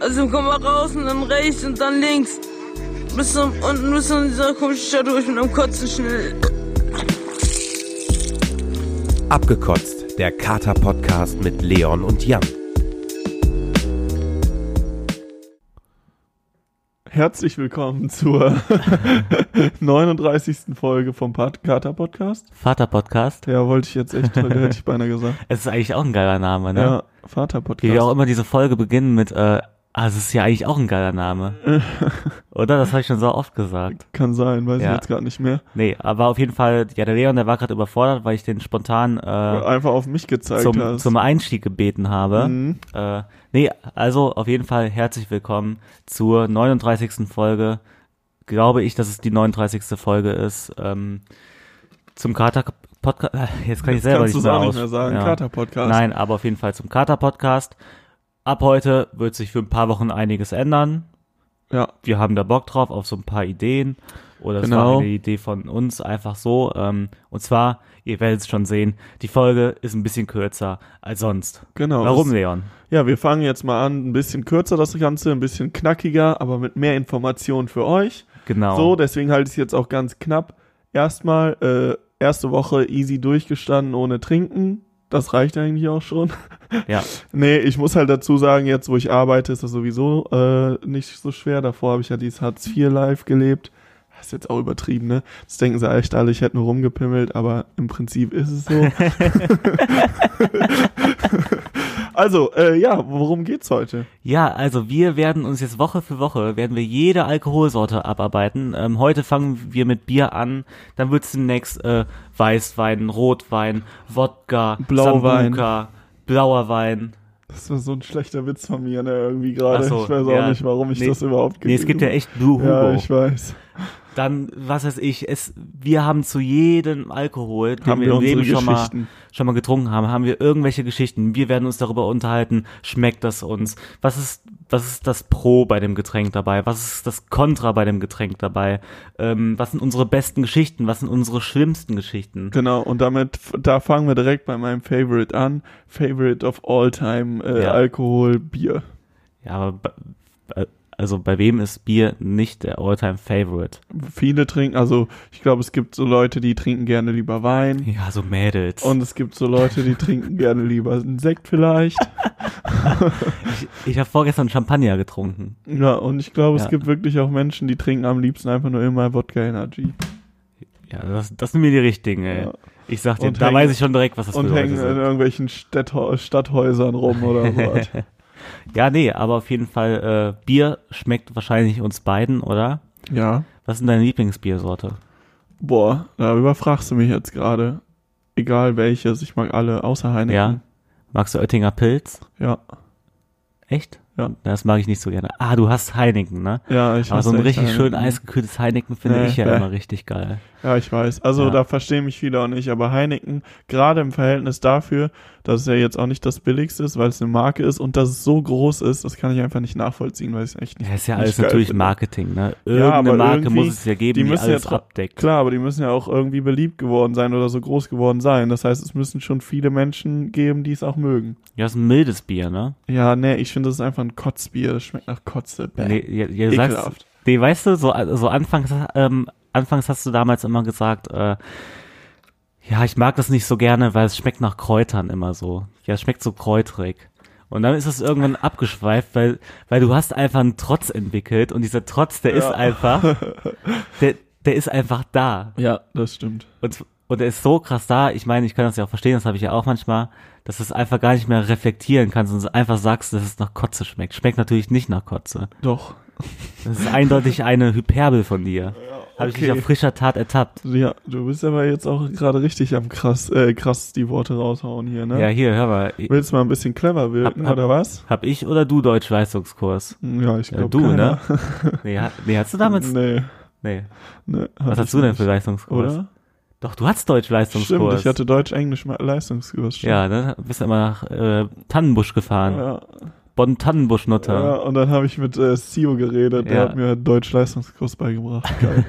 Also komm mal raus und dann rechts und dann links. Bis zum, unten bis zu dieser komischen Stadt durch mit einem Kotzen schnell. Abgekotzt, der Kater-Podcast mit Leon und Jan. Herzlich willkommen zur 39. Folge vom Pat- Kater Podcast. Vater-Podcast. Ja, wollte ich jetzt echt, hätte ich beinahe gesagt. Es ist eigentlich auch ein geiler Name, ne? Ja, Vater Wie wir auch Podcast. immer diese Folge beginnen mit, äh, ah, es ist ja eigentlich auch ein geiler Name. Oder? Das habe ich schon so oft gesagt. Kann sein, weiß Ja. ich jetzt gerade nicht mehr. Nee, aber auf jeden Fall, ja, der Leon, der war gerade überfordert, weil ich den spontan äh, Einfach auf mich gezeigt zum, hast. zum Einstieg gebeten habe. Mhm. Äh, nee, also auf jeden Fall herzlich willkommen zur 39. Folge. Glaube ich, dass es die 39. Folge ist. Ähm, zum Kater Podcast. Jetzt kann ich selber Kannst du es nicht, mehr auch nicht aus- mehr sagen. Ja. Kater Podcast. Nein, aber auf jeden Fall zum Kater-Podcast. Ab heute wird sich für ein paar Wochen einiges ändern. Ja, Wir haben da Bock drauf, auf so ein paar Ideen. Oder es Genau. war eine Idee von uns, einfach so. Ähm, und zwar, ihr werdet es schon sehen, die Folge ist ein bisschen kürzer als sonst. genau. Warum, Leon? Ja, wir fangen jetzt mal an. Ein bisschen kürzer das Ganze, ein bisschen knackiger, aber mit mehr Informationen für euch. Genau. So, deswegen halte ich es jetzt auch ganz knapp. Erstmal, äh, erste Woche easy durchgestanden ohne Trinken. Das reicht eigentlich auch schon. ja. Nee, ich muss halt dazu sagen, jetzt wo ich arbeite, ist das sowieso äh, nicht so schwer. Davor habe ich ja dieses Hartz IV live gelebt. Das ist jetzt auch übertrieben, ne? Das denken sie echt alle, ich hätte nur rumgepimmelt, aber im Prinzip ist es so. also, äh, ja, worum geht's heute? Ja, also wir werden uns jetzt Woche für Woche, werden wir jede Alkoholsorte abarbeiten. Ähm, heute fangen wir mit Bier an, dann wird's demnächst äh, Weißwein, Rotwein, Wodka, Blauwein. Sambuca, blauer Wein. Das war so ein schlechter Witz von mir, ne? Irgendwie gerade. Ach so, ich weiß auch ja. nicht, warum ich Nee, das überhaupt Nee, es gibt ja gegeben echt Blue Hugo. habe. Ja, ich weiß. dann, was weiß ich, es, wir haben zu jedem Alkohol, den Haben wir, wir im Leben unsere schon mal, Geschichten. schon mal getrunken haben, haben wir irgendwelche Geschichten. Wir werden uns darüber unterhalten, schmeckt das uns? Was ist, was ist das Pro bei dem Getränk dabei? Was ist das Contra bei dem Getränk dabei? Ähm, was sind unsere besten Geschichten? Was sind unsere schlimmsten Geschichten? Genau, und damit, f- da fangen wir direkt bei meinem Favorite an. Favorite of all time, äh, Ja. Alkohol, Bier. Ja, aber, bei- bei- also bei wem ist Bier nicht der Alltime Favorite? Viele trinken, also ich glaube, es gibt so Leute, die trinken gerne lieber Wein. Ja, so Mädels. Und es gibt so Leute, die trinken gerne lieber einen Sekt vielleicht. ich ich habe vorgestern Champagner getrunken. Ja, und ich glaube, es Ja. gibt wirklich auch Menschen, die trinken am liebsten einfach nur immer Wodka Energy. Ja, das, das sind mir die richtigen, ey. Ja. Ich sag dir, Und da hängen- weiß ich schon direkt, was das Und für Leute hängen äh, in sind. irgendwelchen Städthau- Stadthäusern rum oder sowas. Ja, nee, aber auf jeden Fall, äh, Bier schmeckt wahrscheinlich uns beiden, oder? ja. Was ist denn deine Lieblingsbiersorte? Boah, da überfragst du mich jetzt gerade. Egal welches, ich mag alle, außer Ja? Heineken. Magst du Oettinger Pilz? Ja. Echt? Ja. Das mag ich nicht so gerne. Ah, du hast Heineken, ne? Ja, ich aber so hasse ein echt richtig schön Heineken. eisgekühltes Heineken finde Nee, ich ja bäh. immer richtig geil. Ja, ich weiß. Also Ja. da verstehen mich viele auch nicht, aber Heineken, gerade im Verhältnis dafür, dass es ja jetzt auch nicht das billigste ist, weil es eine Marke ist und dass es so groß ist, das kann ich einfach nicht nachvollziehen, weil ich es echt nicht. Ja, ist ja nicht alles geil natürlich finde. Marketing, ne? Irgendeine aber Marke irgendwie, muss es ja geben, die die, müssen ja alles tra- abdeckt. Klar, aber die müssen ja auch irgendwie beliebt geworden sein oder so groß geworden sein. Das heißt, es müssen schon viele Menschen geben, die es auch mögen. Ja, ist ein mildes Bier, ne? Ja, nee, ich finde, das ist einfach ein Kotzbier. Das schmeckt nach Kotze. Bäh. Nee, ihr, ihr sagst, Ekelhaft. Nee, weißt du, so, also so anfangs, ähm, anfangs hast du damals immer gesagt, äh, ja, ich mag das nicht so gerne, weil es schmeckt nach Kräutern immer so. Ja, es schmeckt so kräutrig. Und dann ist es irgendwann abgeschweift, weil, weil du hast einfach einen Trotz entwickelt und dieser Trotz, der ist Ja. einfach, der, der ist einfach da. Ja, das stimmt. Und, und er ist so krass da, ich meine, ich kann das ja auch verstehen, das habe ich ja auch manchmal, dass du es einfach gar nicht mehr reflektieren kannst und einfach sagst, dass es nach Kotze schmeckt. Schmeckt natürlich nicht nach Kotze. Doch. Das ist eindeutig eine Hyperbel von dir. Habe ich dich auf frischer Tat ertappt. Ja, du bist aber jetzt auch gerade richtig am krass, äh, krass die Worte raushauen hier, ne? Ja, hier, hör mal. Ich- Willst du mal ein bisschen clever wirken, Hab- hab- oder was? Hab ich oder du Deutschleistungskurs? Ja, ich Ja, glaube du, ne? Nee, ha- nee, hast du damals? Nee, ne, Nee. nee, Was hast du denn für Leistungskurs? Oder? Doch, du hattest Stimmt, Deutschleistungskurs. ich hatte Deutsch-Englisch mal Leistungskurs. stimmt. ja, ne? Bist immer nach äh, Tannenbusch gefahren. Ja, ja, Bonn-Tannenbusch-Nutter. und dann habe ich mit äh, Sio geredet, der Ja. hat mir Deutsch-Leistungskurs beigebracht. Geil.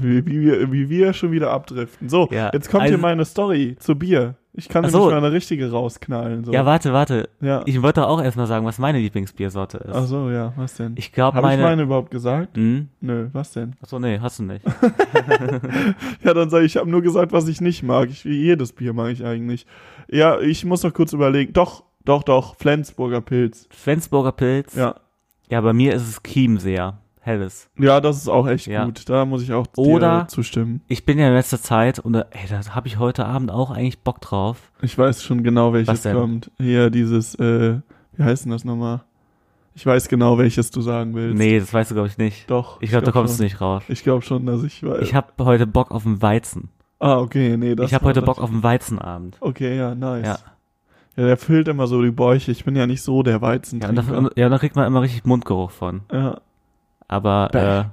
wie, wie, wir, wie wir schon wieder abdriften. So, Ja, jetzt kommt hier also- meine Story zu Bier. Ich kann Ach mir so. nicht mal eine richtige rausknallen. So. Ja, warte, warte. Ja. Ich wollte auch erstmal sagen, was meine Lieblingsbiersorte ist. Ach so, ja, was denn? Ich glaub, Hab meine- ich meine überhaupt gesagt? Hm? Nö, was denn? Achso, nee, hast du nicht. Ja, dann sage ich, ich habe nur gesagt, was ich nicht mag. Ich, jedes Bier mag ich eigentlich. Ja, ich muss noch kurz überlegen. Doch, doch, doch, Flensburger Pilz. Flensburger Pilz. Ja. ja, bei mir ist es Chiemseer. Helles. Ja, das ist auch echt Ja. gut. Da muss ich auch Oder- dir zustimmen. Ich bin ja in letzter Zeit und äh, ey, da habe ich heute Abend auch eigentlich Bock drauf. Ich weiß schon genau, Was welches denn? kommt. Hier dieses, äh, wie heißt denn das nochmal? Ich weiß genau, welches du sagen willst. Nee, das weißt du, glaube ich, nicht. Doch. Ich glaube, da kommst schon. du nicht raus. Ich glaube schon, dass ich weiß. Ich habe heute Bock auf einen Weizen. ah, okay, nee, das ich habe war heute das. Bock auf einen Weizenabend. Okay, ja, nice. Ja. Ja. ja, der füllt immer so die Bäuche. Ich bin ja nicht so der Ja, und Weizentrinker. da, ja, da kriegt man immer richtig Mundgeruch von. ja. Bäh. Aber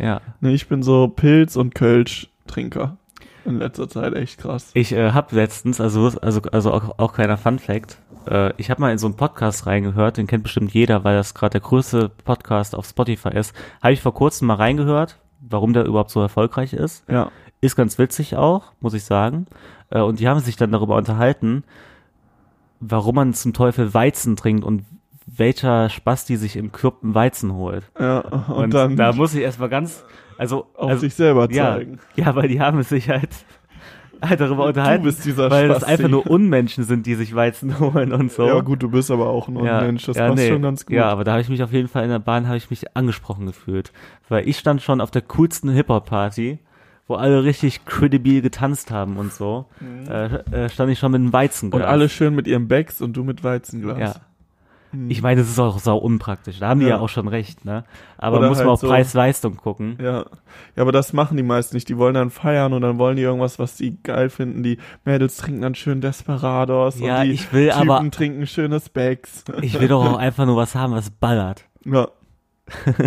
äh, ja, Nee, Ne, ich bin so Pilz- und Kölsch-Trinker. In letzter Zeit echt krass. ich äh, habe letztens, also also also auch, auch kleiner Fun Fact, äh, ich habe mal in so einen Podcast reingehört, den kennt bestimmt jeder, weil das gerade der größte Podcast auf Spotify ist. Habe ich vor kurzem mal reingehört, warum der überhaupt so erfolgreich ist. Ja. Ist ganz witzig auch, muss ich sagen. Äh, Und die haben sich dann darüber unterhalten, warum man zum Teufel Weizen trinkt und welcher Spaß die sich im Kürpen Weizen holt. Ja, und, Und, dann da muss ich erstmal ganz, also, auf also sich selber ja, zeigen. ja, weil die haben sich halt, halt darüber Du unterhalten, bist dieser weil das Spasti. einfach nur Unmenschen sind, die sich Weizen holen und so. Ja, gut, du bist aber auch ein Ja, Mensch. Das ja, passt nee. schon ganz gut. Ja, aber da habe ich mich auf jeden Fall in der Bahn habe ich mich angesprochen gefühlt, weil ich stand schon auf der coolsten Hip Hop Party, wo alle richtig credibil getanzt haben und so. Äh, äh, stand ich schon mit einem Mhm. und Weizenglas. alle schön mit ihrem Becks und du mit Weizenglas. Ja. Ich meine, das ist auch sau unpraktisch. Da haben die ja Mhm. Ja. auch schon recht, ne? Aber Oder muss man halt auf so- Preis-Leistung gucken. Ja. ja, aber das machen die meisten nicht. Die wollen dann feiern und dann wollen die irgendwas, was die geil finden. Die Mädels trinken dann schön Desperados Ja, und die ich will Typen aber- trinken schönes Bags. Ich will doch auch einfach nur was haben, was ballert. Ja.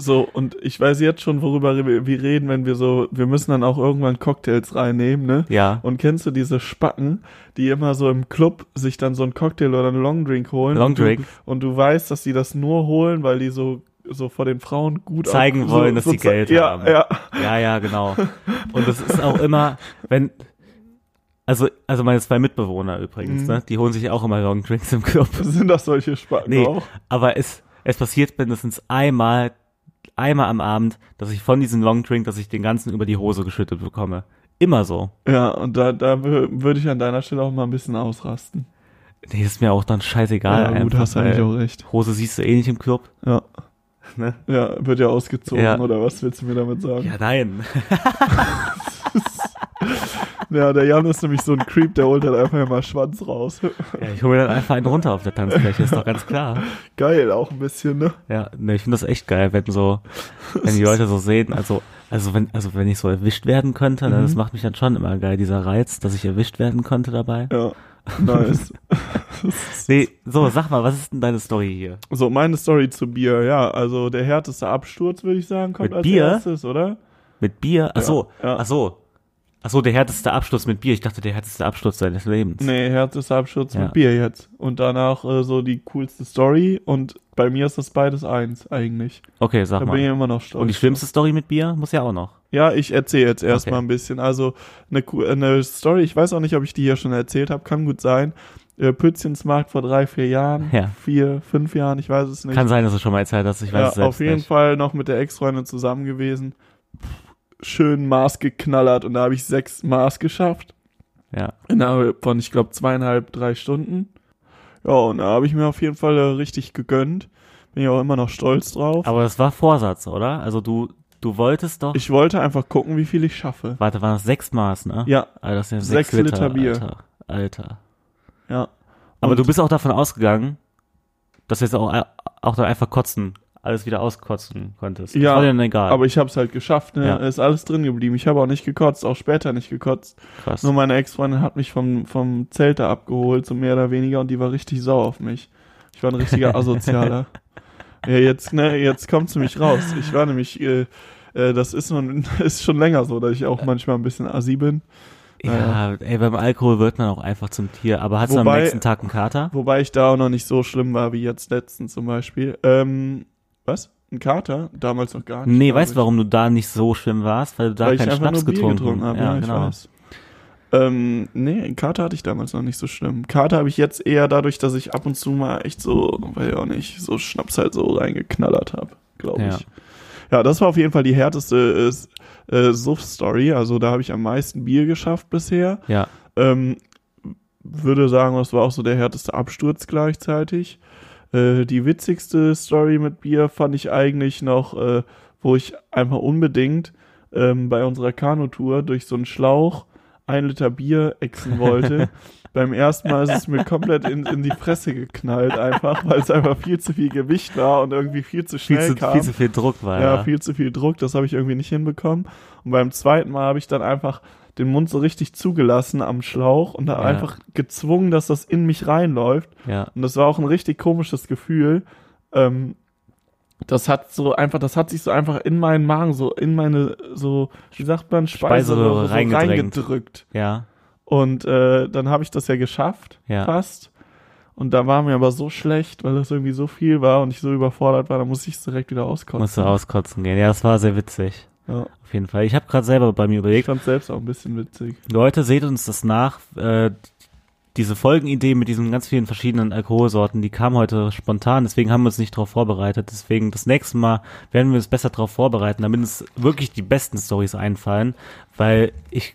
so, und ich weiß jetzt schon, worüber wir wir reden, wenn wir so, wir müssen dann auch irgendwann Cocktails reinnehmen, ne? Ja. Und kennst du diese Spacken, die immer so im Club sich dann so einen Cocktail oder einen Longdrink holen? Longdrink. Und du, und du weißt, dass die das nur holen, weil die so, so vor den Frauen gut Zeigen so, wollen, dass die zei- Geld ja, haben. Ja, Ja, ja, genau. Und es ist auch immer, wenn, also, also meine zwei Mitbewohner übrigens, Mhm. ne? Die holen sich auch immer Longdrinks im Club. Sind das solche Spacken Nee, auch? aber es, es passiert mindestens einmal, einmal am Abend, dass ich von diesem Longdrink, dass ich den ganzen über die Hose geschüttet bekomme. Immer so. Ja, und da, da wür- würde ich an deiner Stelle auch mal ein bisschen ausrasten. Nee, ist mir auch dann scheißegal. ja, gut, einfach, hast du eigentlich weil auch recht. Hose siehst du eh nicht im Club. Ja. Ne? ja, wird ja ausgezogen, Ja. oder was willst du mir damit sagen? Ja, nein. Ja, der Jan ist nämlich so ein Creep, der holt halt einfach immer Schwanz raus. Ja, ich hole mir dann einfach einen runter auf der Tanzfläche, ist doch ganz klar. Geil, auch ein bisschen, ne? Ja, ne, ich finde das echt geil, wenn so, wenn die Leute so sehen, also, also wenn, also wenn ich so erwischt werden könnte, ne, das Mhm. macht mich dann schon immer geil, dieser Reiz, dass ich erwischt werden könnte dabei. Ja, nice. Nee, so, sag mal, was ist denn deine Story hier? so, meine Story zu Bier, ja, also der härteste Absturz, würde ich sagen, kommt Mit als Bier? erstes, oder? Mit Bier? Ach so, Ja, ja. ach so. Ach so, der härteste Abschluss mit Bier. Ich dachte, der härteste Abschluss deines Lebens. Nee, härtester Absturz Ja. mit Bier jetzt. Und danach äh, so die coolste Story und bei mir ist das beides eins eigentlich. Okay, Da sag bin ich mal. immer noch stolz. Und die schlimmste Story mit Bier muss ja auch noch. Ja, ich erzähle jetzt erstmal Okay. ein bisschen. Also eine, coo- eine Story, ich weiß auch nicht, ob ich die hier schon erzählt habe, kann gut sein. Äh, Pützchensmarkt vor drei, vier Jahren, Ja. vier, fünf Jahren, ich weiß es nicht. Kann sein, dass du schon mal erzählt hast, ich weiß ja, es selbst auf jeden nicht. Fall noch mit der Ex-Freundin zusammen gewesen. Schön Maß geknallert und da habe ich sechs Maß geschafft. Ja. Innerhalb von, ich glaube, zweieinhalb, drei Stunden. Ja, und da habe ich mir auf jeden Fall äh, richtig gegönnt. Bin ja auch immer noch stolz drauf. Aber das war Vorsatz, oder? Also du, du wolltest doch. ich wollte einfach gucken, wie viel ich schaffe. warte, waren das sechs Maß, ne? Ja, Alter, das sind ja sechs, Sechs Liter, Liter Bier. Alter. Alter. ja. Aber Und- du bist auch davon ausgegangen, dass du jetzt auch, auch dann einfach kotzen, alles wieder auskotzen konntest. Das Ja, war dir dann egal. Aber ich habe es halt geschafft, ne? Ja. Ist alles drin geblieben. Ich habe auch nicht gekotzt, auch später nicht gekotzt. Krass. Nur meine Ex-Freundin hat mich vom, vom Zelt da abgeholt, so mehr oder weniger, und die war richtig sauer auf mich. Ich war ein richtiger Asozialer. ja, jetzt, ne, jetzt kommst du mich raus. Ich war nämlich, äh, äh, das ist, nun, ist schon länger so, dass ich auch manchmal ein bisschen assi bin. ja, ey, beim Alkohol wird man auch einfach zum Tier. Aber hast du am Wobei- nächsten Tag einen Kater? Wobei ich da auch noch nicht so schlimm war wie jetzt letztens zum Beispiel. Ähm, was? Ein Kater? Damals noch gar nicht. Nee, glaub weißt du, ich. warum du da nicht so schlimm warst? Weil du da Weil ich keinen einfach Schnaps nur Bier getrunken, genau. getrunken habe. Ja, ich weiß. Ähm, nee, Kater hatte ich damals noch nicht so schlimm. Kater habe ich jetzt eher dadurch, dass ich ab und zu mal echt so, weiß ich auch nicht, so Schnaps halt so reingeknallert habe, glaube Ja. ich. Ja, das war auf jeden Fall die härteste äh, äh, Suff-Story. Also da habe ich am meisten Bier geschafft bisher. Ja. Ähm, würde sagen, das war auch so der härteste Absturz gleichzeitig. Äh, die witzigste Story mit Bier fand ich eigentlich noch, äh, wo ich einmal unbedingt ähm, bei unserer Kanutour durch so einen Schlauch ein Liter Bier exen wollte. Beim ersten Mal ist es mir komplett in, in die Fresse geknallt, einfach, weil es einfach viel zu viel Gewicht war und irgendwie viel zu Viel schnell zu, kam. viel zu viel Druck war. Ja, Ja, viel zu viel Druck, das habe ich irgendwie nicht hinbekommen. Und beim zweiten Mal habe ich dann einfach den Mund so richtig zugelassen am Schlauch und da Ja. einfach gezwungen, dass das in mich reinläuft. ja. Und das war auch ein richtig komisches Gefühl. Ähm, das hat so einfach, das hat sich so einfach in meinen Magen, so in meine, so, wie sagt man, Speiseröhre, Speiseröhre so reingedrängt. reingedrückt. ja. Und äh, dann habe ich das ja geschafft, Ja. fast. Und da war mir aber so schlecht, weil das irgendwie so viel war und ich so überfordert war, da musste ich es direkt wieder auskotzen. Musste auskotzen gehen. Ja, das war sehr witzig. Ja. Auf jeden Fall. Ich habe gerade selber bei mir Ich überlegt, fand selbst auch ein bisschen witzig. Leute, seht uns das nach. Äh, diese Folgenidee mit diesen ganz vielen verschiedenen Alkoholsorten, die kam heute spontan, deswegen haben wir uns nicht darauf vorbereitet. Deswegen das nächste Mal werden wir uns besser darauf vorbereiten, damit uns wirklich die besten Stories einfallen, weil ich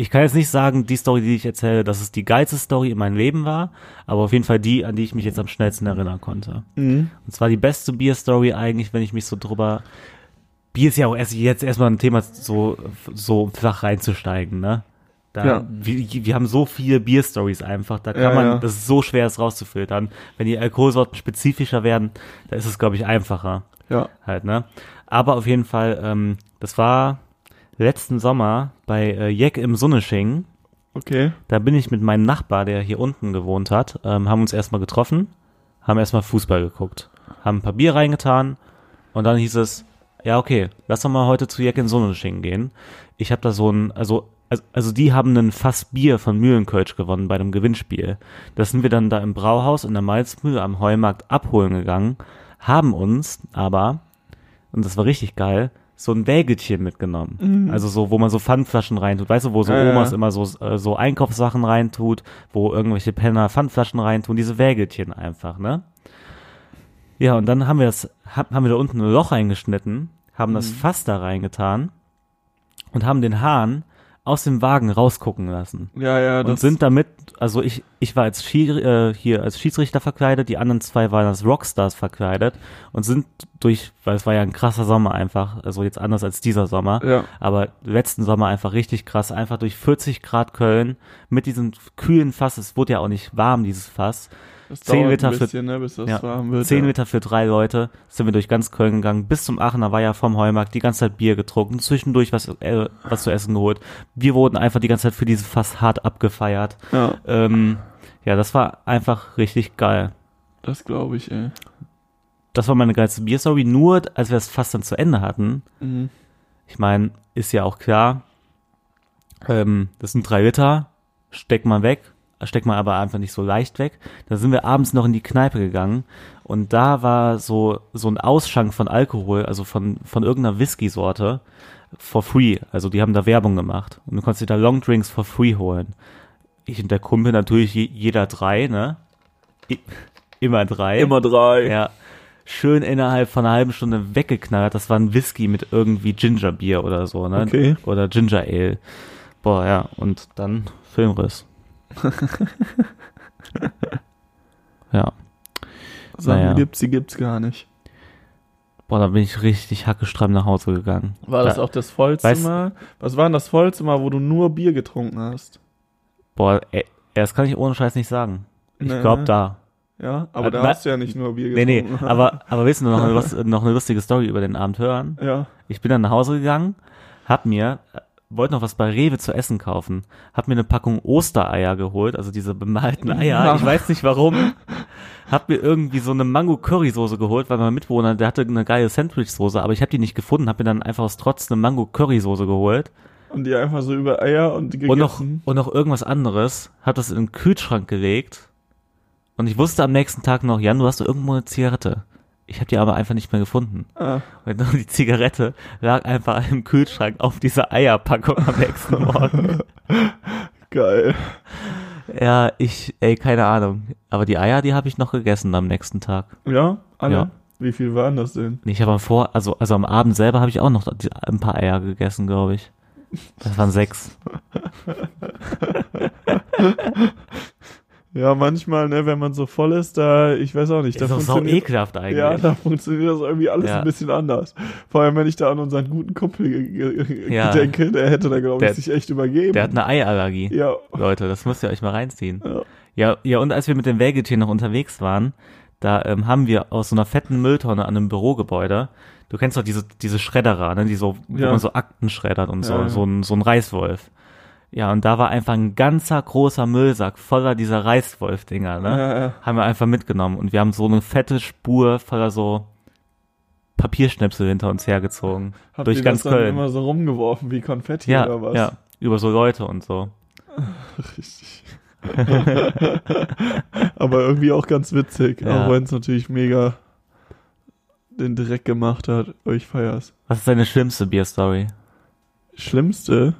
ich kann jetzt nicht sagen, die Story, die ich erzähle, dass es die geilste Story in meinem Leben war, aber auf jeden Fall die, an die ich mich jetzt am schnellsten erinnern konnte. Mhm. Und zwar die beste Bier-Story eigentlich, wenn ich mich so drüber. Bier ist ja auch erst jetzt erstmal ein Thema, so, so flach reinzusteigen, ne? Da, Ja. wir, wir haben so viele Bier-Stories einfach, da kann Ja, man, ja. das ist so schwer, es rauszufiltern. Wenn die Alkoholsorten spezifischer werden, da ist es, glaube ich, einfacher Ja. halt, ne? Aber auf jeden Fall, ähm, das war letzten Sommer bei äh, Jack im Sunneschingen. Okay. Da bin ich mit meinem Nachbar, der hier unten gewohnt hat, ähm, haben uns erstmal getroffen, haben erstmal Fußball geguckt, haben ein paar Bier reingetan und dann hieß es, ja okay, lass doch mal heute zu Jack in Sonnenschingen gehen. Ich habe da so ein, also, also, also die haben einen Fass Bier von Mühlenkölsch gewonnen bei einem Gewinnspiel. Das sind wir dann da im Brauhaus in der Malzmühle am Heumarkt abholen gegangen, haben uns aber, und das war richtig geil, so ein Wägelchen mitgenommen. Also so, wo man so Pfandflaschen reintut. Weißt du, wo so Mhm. Ja, ja. Omas immer so, äh, so Einkaufssachen reintut, wo irgendwelche Penner Pfandflaschen reintun, diese Wägelchen einfach, ne? Ja, und dann haben wir das, hab- haben wir da unten ein Loch eingeschnitten, haben Mhm. das Fass da reingetan und haben den Hahn aus dem Wagen rausgucken lassen. Ja, ja, Und sind damit, also ich, ich war als Schiri- äh, hier als Schiedsrichter verkleidet, die anderen zwei waren als Rockstars verkleidet und sind durch, weil es war ja ein krasser Sommer einfach, also jetzt anders als dieser Sommer, Ja. aber letzten Sommer einfach richtig krass, einfach durch 40 Grad Köln mit diesem kühlen Fass, es wurde ja auch nicht warm, dieses Fass, das 10 dauert Liter ein für- bisschen, ne, bis das ja. warm wird. Zehn ja. Meter für drei Leute sind wir durch ganz Köln gegangen, bis zum Aachener Weiher vom Heumarkt, die ganze Zeit Bier getrunken, zwischendurch was, äh, was zu essen geholt. Wir wurden einfach die ganze Zeit für dieses Fass hart abgefeiert. Ja, Ähm, ja, das war einfach richtig geil. das glaube ich, ey. Das war meine geilste Bierstory, nur als wir das Fass dann zu Ende hatten. Mhm. Ich meine, ist ja auch klar, ähm, das sind drei Liter, steckt man weg, steckt man aber einfach nicht so leicht weg. Dann sind wir abends noch in die Kneipe gegangen und da war so, so ein Ausschank von Alkohol, also von, von irgendeiner Whisky-Sorte, for free. Also die haben da Werbung gemacht und du konntest dir da Longdrinks for free holen. Ich und der Kumpel natürlich je, jeder drei, ne? I- Immer drei. drei. Ja. Schön innerhalb von einer halben Stunde weggeknallt. Das war ein Whisky mit irgendwie Gingerbier oder so, ne? Okay. Oder Ginger Ale. Boah, ja. Und dann Filmriss. ja. Sachen Naja. gibt's, die gibt's gar nicht. Boah, da bin ich richtig hackestramm nach Hause gegangen. War das da, auch das Vollzimmer? Was war denn das Vollzimmer, wo du nur Bier getrunken hast? Boah, ey, das kann ich ohne Scheiß nicht sagen. Ich Nee, glaube ne? da. Ja, aber da Na- hast du ja nicht nur Bier Nee, nee, getrunken. ne? aber, aber willst du noch eine, lust- noch eine lustige Story über den Abend hören? Ja. Ich bin dann nach Hause gegangen, hab mir, äh, wollte noch was bei Rewe zu essen kaufen, hab mir eine Packung Ostereier geholt, also diese bemalten Eier, ich weiß nicht warum. Hab mir irgendwie so eine Mango-Curry-Soße geholt, weil mein Mitbewohner, der hatte eine geile Sandwich-Soße, aber ich habe die nicht gefunden, hab mir dann einfach aus Trotz eine Mango-Curry-Soße geholt Und die einfach so über Eier und gegessen. und noch, und noch irgendwas anderes, hab das in den Kühlschrank gelegt und ich wusste am nächsten Tag noch, Jan, du hast doch irgendwo eine Zigarette. Ich habe die aber einfach nicht mehr gefunden. ah, Und dann die Zigarette lag einfach im Kühlschrank auf dieser Eierpackung am nächsten Morgen. Geil. Ja, ich, ey, keine Ahnung. Aber die Eier, die habe ich noch gegessen am nächsten Tag. Ja, alle. Ja. Wie viel waren das denn? Nee, Ich habe am Vor, also, also am Abend selber habe ich auch noch die- ein paar Eier gegessen, glaube ich. Das waren sechs. Ja, manchmal, ne, wenn man so voll ist, da, ich weiß auch nicht, da ist doch sau funktioniert. ekelhaft eigentlich. ja, da funktioniert das irgendwie alles Ja. ein bisschen anders. Vor allem, wenn ich da an unseren guten Kumpel ge- ge- Ja. denke, der hätte da, glaube ich, Der- sich echt übergeben. Der hat eine ne? Eierallergie. ja, Leute, das müsst ihr euch mal reinziehen. Ja. Ja, ja, und als wir mit dem Wägetier noch unterwegs waren, da ähm, haben wir aus so einer fetten Mülltonne an einem Bürogebäude, du kennst doch diese, diese Schredderer, ne, die so, Ja. wo man so Akten schreddert und so, Ja, ja. so ein, so ein Reißwolf. Ja, und da war einfach ein ganzer großer Müllsack voller dieser Reißwolf-Dinger, ne? ja, ja. haben wir einfach mitgenommen und wir haben so eine fette Spur voller so Papierschnipsel hinter uns hergezogen. Habt durch ihr ganz das dann Köln. immer so rumgeworfen wie Konfetti Ja, oder was? ja, über so Leute und so. Richtig. Aber irgendwie auch ganz witzig, Ja. auch wenn es natürlich mega den Dreck gemacht hat. Oh, Ich feier's. Was ist deine schlimmste Bierstory? Schlimmste?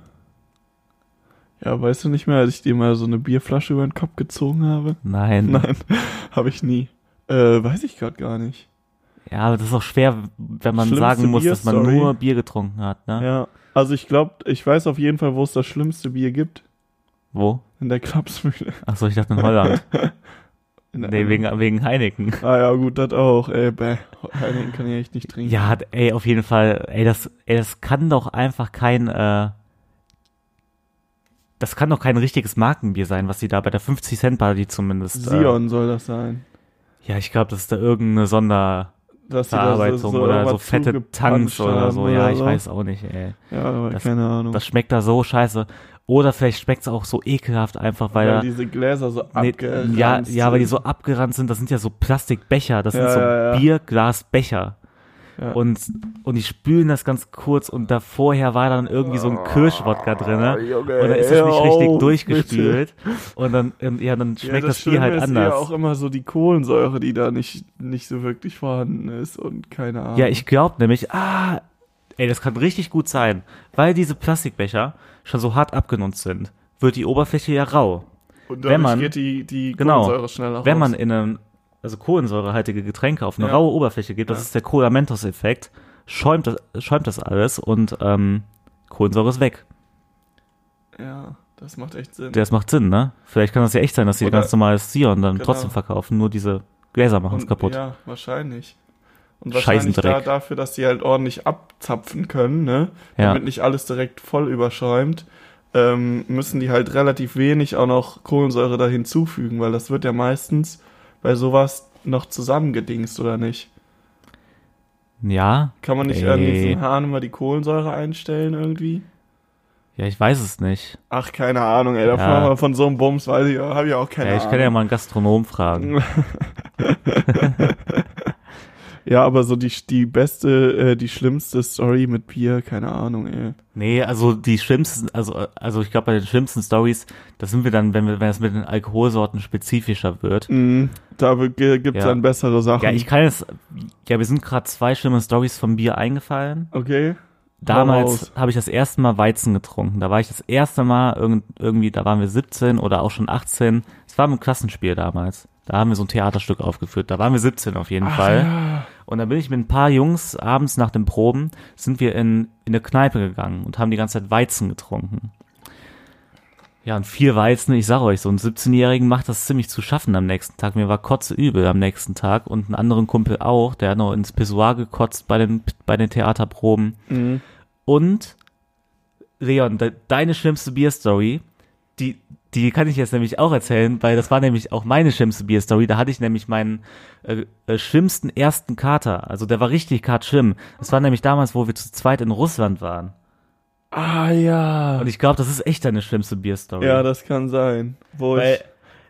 Ja, weißt du nicht mehr, als ich dir mal so eine Bierflasche über den Kopf gezogen habe? Nein. Nein, habe ich nie. Äh, weiß ich gerade gar nicht. Ja, aber das ist auch schwer, wenn man Schlimmste sagen muss, dass man Bierstory? nur Bier getrunken hat, ne? Ja, also ich glaube, ich weiß auf jeden Fall, wo es das schlimmste Bier gibt. Wo? In der Klapsmühle. Achso, ich dachte in Holland. In der- nee, wegen, wegen Heineken. Ah ja, gut, das auch. Ey, bäh. Heineken kann ich echt nicht trinken. Ja, ey, auf jeden Fall, ey, das, ey, das kann doch einfach kein, äh, das kann doch kein richtiges Markenbier sein, was sie da bei der 50-Cent-Party zumindest. Äh, Sion soll das sein. Ja, ich glaube, das ist da irgendeine Sonderverarbeitung Dass die da oder so irgendwas fette zugepanscht Tanks oder haben so. Ja, ich weiß auch nicht, ey. Ja, aber Das- keine Ahnung. Das schmeckt da so scheiße. Oder vielleicht schmeckt's auch so ekelhaft einfach, weil weil da. diese Gläser so Nee, abgeranzt ja, ja, weil die sind. so abgerannt sind, das sind ja so Plastikbecher, das Ja, sind so ja, ja. Bierglasbecher. Ja. Und, und die spülen das ganz kurz und da vorher war dann irgendwie so ein Kirschwodka drinne Ah, Junge, und dann ist das nicht hör richtig auf, durchgespült und dann, ähm, ja, dann schmeckt das, Bier Schlimme halt ist anders. Ja, eh auch immer so die Kohlensäure, die da nicht, nicht so wirklich vorhanden ist und keine Ahnung. Ja, ich glaube nämlich, ah, ey, das kann richtig gut sein, weil diese Plastikbecher schon so hart abgenutzt sind, wird die Oberfläche ja rau. und dadurch wenn man- geht die, die Genau. Kohlensäure schneller Wenn raus. man in einem, also kohlensäurehaltige Getränke auf eine Ja. raue Oberfläche gibt, das Ja. ist der Cola-Mentos-Effekt, schäumt das, schäumt das alles und ähm, Kohlensäure ist weg. ja, das macht echt Sinn. Das macht Sinn, ne? Vielleicht kann das ja echt sein, dass die Oder- ganz normales Sion dann Genau. trotzdem verkaufen, nur diese Gläser machen es Und- kaputt. Ja, wahrscheinlich. Und wahrscheinlich da, Scheißendreck. dafür, dass die halt ordentlich abzapfen können, ne? Ja. Damit nicht alles direkt voll überschäumt, ähm, müssen die halt relativ wenig auch noch Kohlensäure da hinzufügen, weil das wird ja meistens bei sowas noch zusammengedingst, oder nicht? Ja, Kann man nicht Nee. irgendwie diesen Hahn immer die Kohlensäure einstellen irgendwie? ja, ich weiß es nicht. Ach, keine Ahnung, ey, davon Ja. haben wir von so einem Bums, weiß ich, habe ich auch keine Ja, ich Ahnung. kann ja mal einen Gastronom fragen. ja, aber so die, die beste, äh, die schlimmste Story mit Bier, keine Ahnung, ey. Nee, also die schlimmsten, also, also ich glaube bei den schlimmsten Stories, das sind wir dann, wenn wir, wenn es mit den Alkoholsorten spezifischer wird. Mhm, da gibt es Ja. dann bessere Sachen. Ja, ich kann jetzt, ja, wir sind gerade zwei schlimme Stories vom Bier eingefallen. okay. Damals raus. habe ich das erste Mal Weizen getrunken. Da war ich das erste Mal irgend, irgendwie, da waren wir 17 oder auch schon 18. Es war im Klassenspiel damals. Da haben wir so ein Theaterstück aufgeführt. Da waren wir 17 auf jeden Fall. Und da bin ich mit ein paar Jungs abends nach den Proben, sind wir in, in eine Kneipe gegangen und haben die ganze Zeit Weizen getrunken. Ja, und vier Weizen, ich sag euch, so einen 17-Jährigen macht das ziemlich zu schaffen am nächsten Tag. Mir war kotze übel am nächsten Tag und einen anderen Kumpel auch, der hat noch ins Pissoir gekotzt bei den, bei den Theaterproben. Und Leon, de, deine schlimmste Bierstory, die, die kann ich jetzt nämlich auch erzählen, weil das war nämlich auch meine schlimmste Bierstory. Da hatte ich nämlich meinen äh, äh, schlimmsten ersten Kater. Also der war richtig kartschlimm. Das war nämlich damals, wo wir zu zweit in Russland waren. Ah ja. Und ich glaube, das ist echt deine schlimmste Bierstory. ja, das kann sein. Wo weil, ich,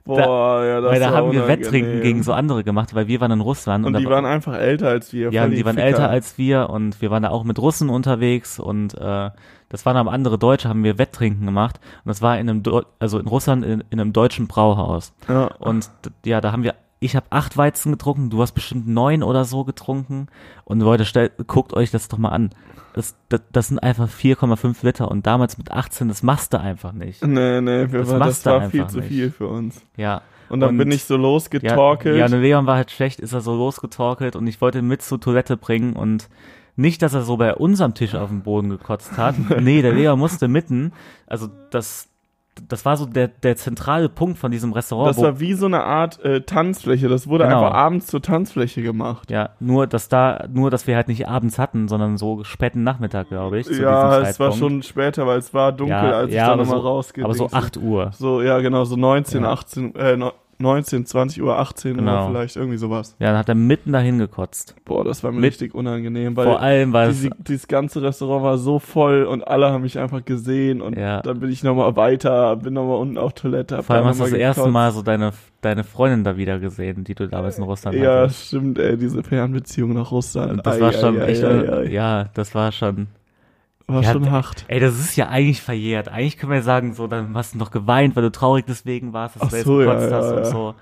boah, ja, das weil da war haben wir Wetttrinken unangenehm. gegen so andere gemacht, weil wir waren in Russland. Und da die war- waren einfach älter als wir. Ja, voll und die waren Ficker. älter als wir und wir waren da auch mit Russen unterwegs und äh, das waren aber andere Deutsche, haben wir Wetttrinken gemacht und das war in einem, Deu- also in Russland in, in einem deutschen Brauhaus Ja. und d- ja, da haben wir ich habe acht Weizen getrunken, du hast bestimmt neun oder so getrunken. Und Leute, stellt, guckt euch das doch mal an. Das, das, das sind einfach 4,5 Liter und damals mit 18, das machst du einfach nicht. Nee, nee, wir Das waren, das machst du war viel einfach zu nicht. viel für uns. Ja. Und dann Und- bin ich so Ja, losgetorkelt. ja, ne, Leon war halt schlecht, ist er so losgetorkelt und ich wollte ihn mit zur Toilette bringen und nicht, dass er so bei unserem Tisch auf den Boden gekotzt hat. nee, der Leon musste mitten, also das, das war so der, der zentrale Punkt von diesem Restaurant. das wo- war wie so eine Art äh, Tanzfläche. Das wurde Genau. einfach abends zur Tanzfläche gemacht. ja, nur, dass da, nur, dass wir halt nicht abends hatten, sondern so späten Nachmittag, glaube ich. Zu ja, diesem es war Zeitpunkt. schon später, weil es war dunkel, ja, als ich ja, da aber nochmal so, rausging. Aber so 8 Uhr. So, ja, genau, so 19, Ja. 18, äh, no- 19, 20 Uhr, 18 Genau. Uhr vielleicht, irgendwie sowas. Ja, dann hat er mitten dahin gekotzt. Boah, das war mir Mit- richtig unangenehm, Vor weil allem, weil diese, es, dieses ganze Restaurant war so voll und alle haben mich einfach gesehen und Ja. dann bin ich nochmal weiter, bin nochmal unten auf Toilette. hab vor allem da hast du noch das mal erste gekotzt. Mal so deine, deine Freundin da wieder gesehen, die du damals in Russland Ja, hattest. stimmt, ey, diese Fernbeziehung nach Russland. Und das Ei, war ei, schon ei, echt, ei, eine- ei. ja, das war schon. War Ja, schon d- hart. Ey, das ist ja eigentlich verjährt. Eigentlich können wir sagen, so, dann hast du noch geweint, weil du traurig deswegen warst, dass Ach du jetzt so, ja, gekotzt hast ja, und ja. so.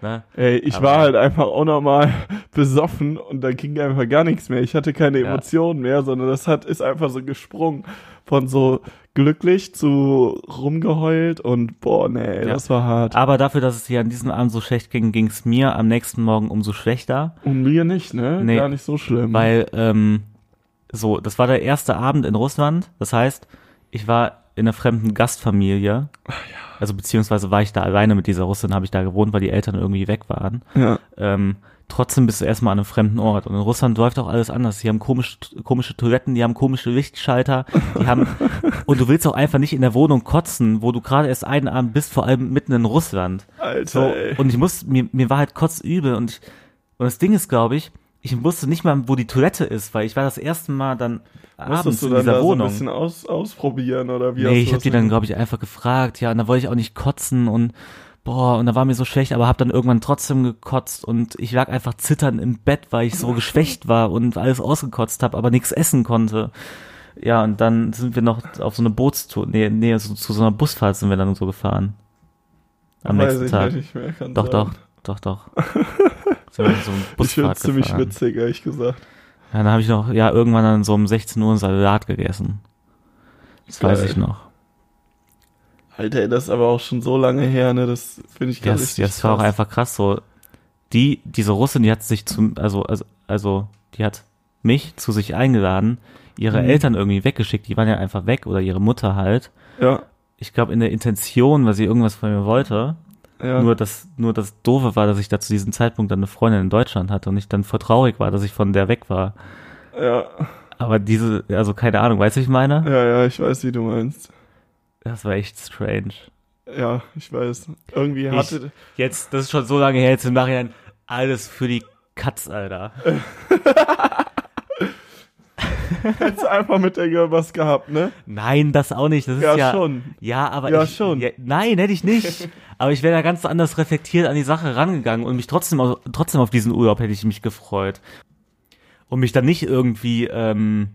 Ne? Ey, ich Aber- war halt einfach auch nochmal besoffen und da ging einfach gar nichts mehr. Ich hatte keine Ja. Emotionen mehr, sondern das hat ist einfach so gesprungen von so glücklich zu rumgeheult und boah, nee, Ja. das war hart. Aber dafür, dass es dir an diesem Abend so schlecht ging, ging's mir am nächsten Morgen umso schlechter, Und mir nicht, ne? Nee. Gar nicht so schlimm. weil, ähm, so, das war der erste Abend in Russland. Das heißt, ich war in einer fremden Gastfamilie. Ah, Also beziehungsweise war ich da alleine mit dieser Russin, habe ich da gewohnt, weil die Eltern irgendwie weg waren. ja. ähm, trotzdem bist du erstmal an einem fremden Ort. Und in Russland läuft auch alles anders. Die haben komische, komische Toiletten, die haben komische Lichtschalter, die haben, und du willst auch einfach nicht in der Wohnung kotzen, wo du gerade erst einen Abend bist, vor allem mitten in Russland. Alter, So, ey. und ich muss, mir, mir war halt kotzübel und ich, und das Ding ist, glaube ich, ich wusste nicht mal, wo die Toilette ist, weil ich war das erste Mal dann abends Musstest du in dann dieser da so ein Wohnung. bisschen aus, ausprobieren oder wie hast Nee, du ich habe das die dann, glaube ich, einfach gefragt. Ja, und da wollte ich auch nicht kotzen und boah, und da war mir so schlecht, aber habe dann irgendwann trotzdem gekotzt und ich lag einfach zitternd im Bett, weil ich so geschwächt war und alles ausgekotzt habe, aber nichts essen konnte. Ja, und dann sind wir noch auf so eine Bootstour, nee, nee, so, zu so einer Busfahrt sind wir dann so gefahren. Am Weiß nächsten ich Tag. Nicht mehr, kann Doch, sein. doch, doch, doch. Sind wir so eine Ich finde Busfahrt es ziemlich gefahren. witzig, ehrlich gesagt. Ja, dann habe ich noch, ja, irgendwann dann so um 16 Uhr einen Salat gegessen. Das weiß Geil. ich noch. Alter, ey, das ist aber auch schon so lange her, ne? Das finde ich gar Ja, nicht. das, das war auch einfach krass so. Die, diese Russin, die hat sich zum, also, also, also, die hat mich zu sich eingeladen, ihre Mhm. Eltern irgendwie weggeschickt, die waren ja einfach weg oder ihre Mutter halt. Ja, Ich glaube in der Intention, weil sie irgendwas von mir wollte. ja. Nur das, nur das Doofe war, dass ich da zu diesem Zeitpunkt dann eine Freundin in Deutschland hatte und ich dann voll traurig war, dass ich von der weg war. ja. Aber diese, also keine Ahnung, weißt du, was ich meine? Ja, ja, ich weiß, wie du meinst. Das war echt strange. Ja, ich weiß. Irgendwie hatte. Jetzt, das ist schon so lange her, jetzt im Nachhinein, alles für die Katz, Alter. Jetzt einfach mit der Girl was gehabt, ne? Nein, das auch nicht. Das ist Ja, ja schon. Ja, aber Ja, ich, schon. nein, hätte ich nicht. aber ich wäre da ganz anders reflektiert an die Sache rangegangen und mich trotzdem, au- trotzdem auf diesen Urlaub hätte ich mich gefreut. Und mich dann nicht irgendwie, ähm,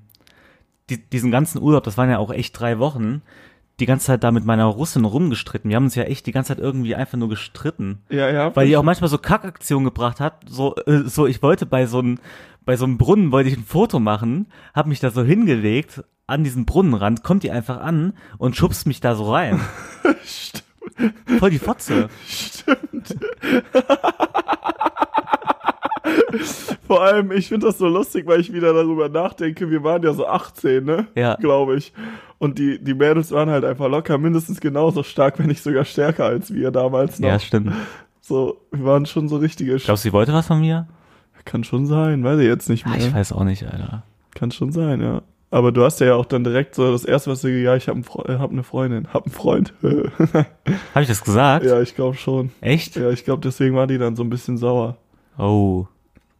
die, diesen ganzen Urlaub, das waren ja auch echt drei Wochen, die ganze Zeit da mit meiner Russin rumgestritten. Wir haben uns ja echt die ganze Zeit irgendwie einfach nur gestritten. Ja, ja. Weil die auch manchmal so Kackaktionen gebracht hat, so, äh, so ich wollte bei so einem bei so einem Brunnen wollte ich ein Foto machen, hab mich da so hingelegt an diesen Brunnenrand, kommt die einfach an und schubst mich da so rein. Stimmt. Voll die Fotze. Vor allem, ich finde das so lustig, weil ich wieder darüber nachdenke. Wir waren ja so 18, ne? Ja. Glaube ich. Und die, die Mädels waren halt einfach locker mindestens genauso stark, wenn nicht sogar stärker als wir damals noch. Ja, stimmt. So, wir waren schon so richtige. Sch Glaubst du, sie wollte was von mir? Kann schon sein, weiß ich jetzt nicht Ah, mehr. Ich weiß auch nicht, Alter. Kann schon sein, ja. Aber du hast ja auch dann direkt so das erste, was du ja, ich habe hab eine Freundin, hab einen Freund. Habe ich das gesagt? ja, ich glaube schon. Echt? Ja, ich glaube, deswegen war die dann so ein bisschen sauer. Oh.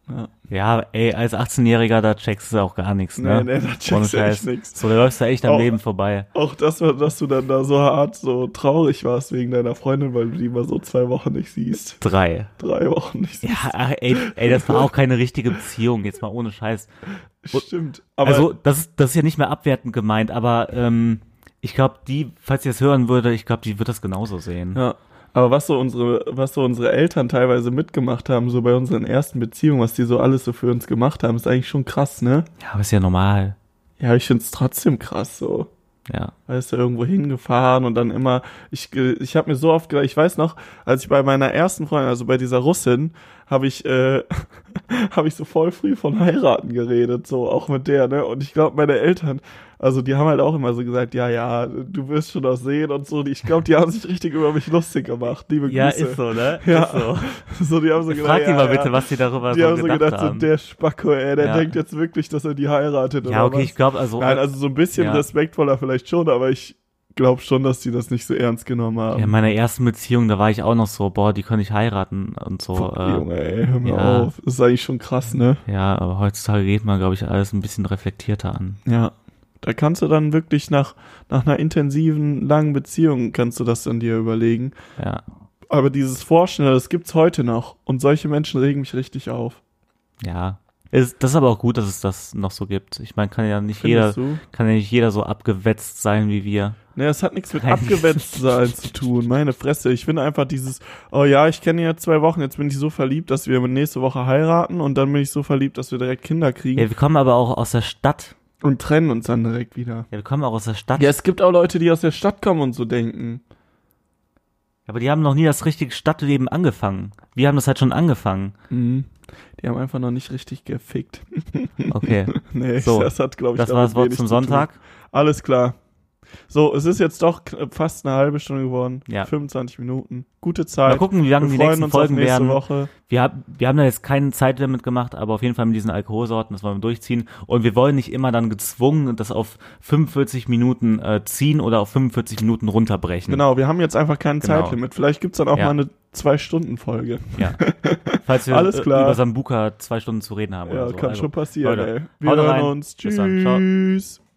Ja. Ja, ey, als 18-Jähriger, da checkst du auch gar nichts, ne? Nee, nee, da checkst Ohne du echt Oh. Scheiß. nix. So, da läufst du echt am Auch- Leben vorbei. Auch das, war- dass du dann da so hart so traurig warst wegen deiner Freundin, weil du die mal so zwei Wochen nicht siehst. Drei. Drei Wochen nicht siehst. Ja, ach, ey, ey, das war auch keine richtige Beziehung, jetzt mal ohne Scheiß. Stimmt. Aber also, das ist, das ist ja nicht mehr abwertend gemeint, aber ähm, ich glaube, die, falls ihr es hören würde, ich glaube, die wird das genauso sehen. Ja. Aber was so unsere, was so unsere Eltern teilweise mitgemacht haben, so bei unseren ersten Beziehungen, was die so alles so für uns gemacht haben, ist eigentlich schon krass, ne? Ja, aber ist ja normal. Ja, ich find's trotzdem krass so. Ja. Weißt du, irgendwo hingefahren und dann immer, ich, äh, ich habe mir so oft gedacht, ich weiß noch, als ich bei meiner ersten Freundin, also bei dieser Russin, habe ich, äh, habe ich so voll früh von heiraten geredet, so auch mit der, ne? Und ich glaube, meine Eltern, also die haben halt auch immer so gesagt, ja, ja, du wirst schon das sehen und so. Und Ich glaube, die haben sich richtig über mich lustig gemacht, liebe Grüße. Ja, ist so, ne? Ja, Ist so. so, die haben so gedacht, Frag die ja, mal ja. bitte, was die darüber Die so haben so gedacht gedacht, so haben. der Spacko, ey, der Ja. denkt jetzt wirklich, dass er die heiratet ja, oder okay, was? ich glaube, also, Nein, also so ein bisschen Ja. respektvoller vielleicht schon, aber ich glaube schon, dass die das nicht so ernst genommen haben. in meiner ersten Beziehung, da war ich auch noch so, boah, die könnte ich heiraten und so. Äh, Junge, ey, hör mir ja. auf. Das ist eigentlich schon krass, ne? ja, aber heutzutage geht man, glaube ich, alles ein bisschen reflektierter an. Ja. Da kannst du dann wirklich nach, nach einer intensiven, langen Beziehung kannst du das dann dir überlegen. Ja, Aber dieses Vorschnelle, das gibt's heute noch. Und solche Menschen regen mich richtig auf. ja. Ist, das ist aber auch gut, dass es das noch so gibt. Ich meine, kann ja nicht jeder, Findest du? kann ja nicht jeder so abgewetzt sein wie wir. Ne, es hat nichts mit Nein. abgewetzt sein zu tun. Meine Fresse. Ich finde einfach dieses, oh ja, ich kenne ihn jetzt zwei Wochen, jetzt bin ich so verliebt, dass wir nächste Woche heiraten und dann bin ich so verliebt, dass wir direkt Kinder kriegen Ja, wir kommen aber auch aus der Stadt. und trennen uns dann direkt wieder. Ja, wir kommen auch aus der Stadt. Ja, es gibt auch Leute, die aus der Stadt kommen und so denken. Aber die haben noch nie das richtige Stadtleben angefangen. Wir haben das halt schon angefangen. Mhm. Die haben einfach noch nicht richtig gefickt. Okay, Nee, So, das hat, glaube ich, das war damit das Wort wenig zum zu tun. Sonntag. Alles klar. So, es ist jetzt doch k- fast eine halbe Stunde geworden. Ja. 25 Minuten. Gute Mal Zeit. gucken, wie wir lang die freuen nächsten uns Folgen auf nächste werden. Hm. Woche. Wir, hab, wir haben da jetzt keinen Zeitlimit gemacht, aber auf jeden Fall mit diesen Alkoholsorten, das wollen wir durchziehen. Und wir wollen nicht immer dann gezwungen, das auf 45 Minuten äh, ziehen oder auf 45 Minuten runterbrechen. Genau, wir haben jetzt einfach kein Genau. Zeitlimit. Vielleicht gibt's dann auch Ja. mal eine Zwei-Stunden-Folge. Ja. Falls wir Alles äh, klar. über Sambuka zwei Stunden zu reden haben Ja, oder so. kann Also, schon passieren, Leute, ey. Wir haut hören rein. uns. Bis dann. Ciao. Tschüss.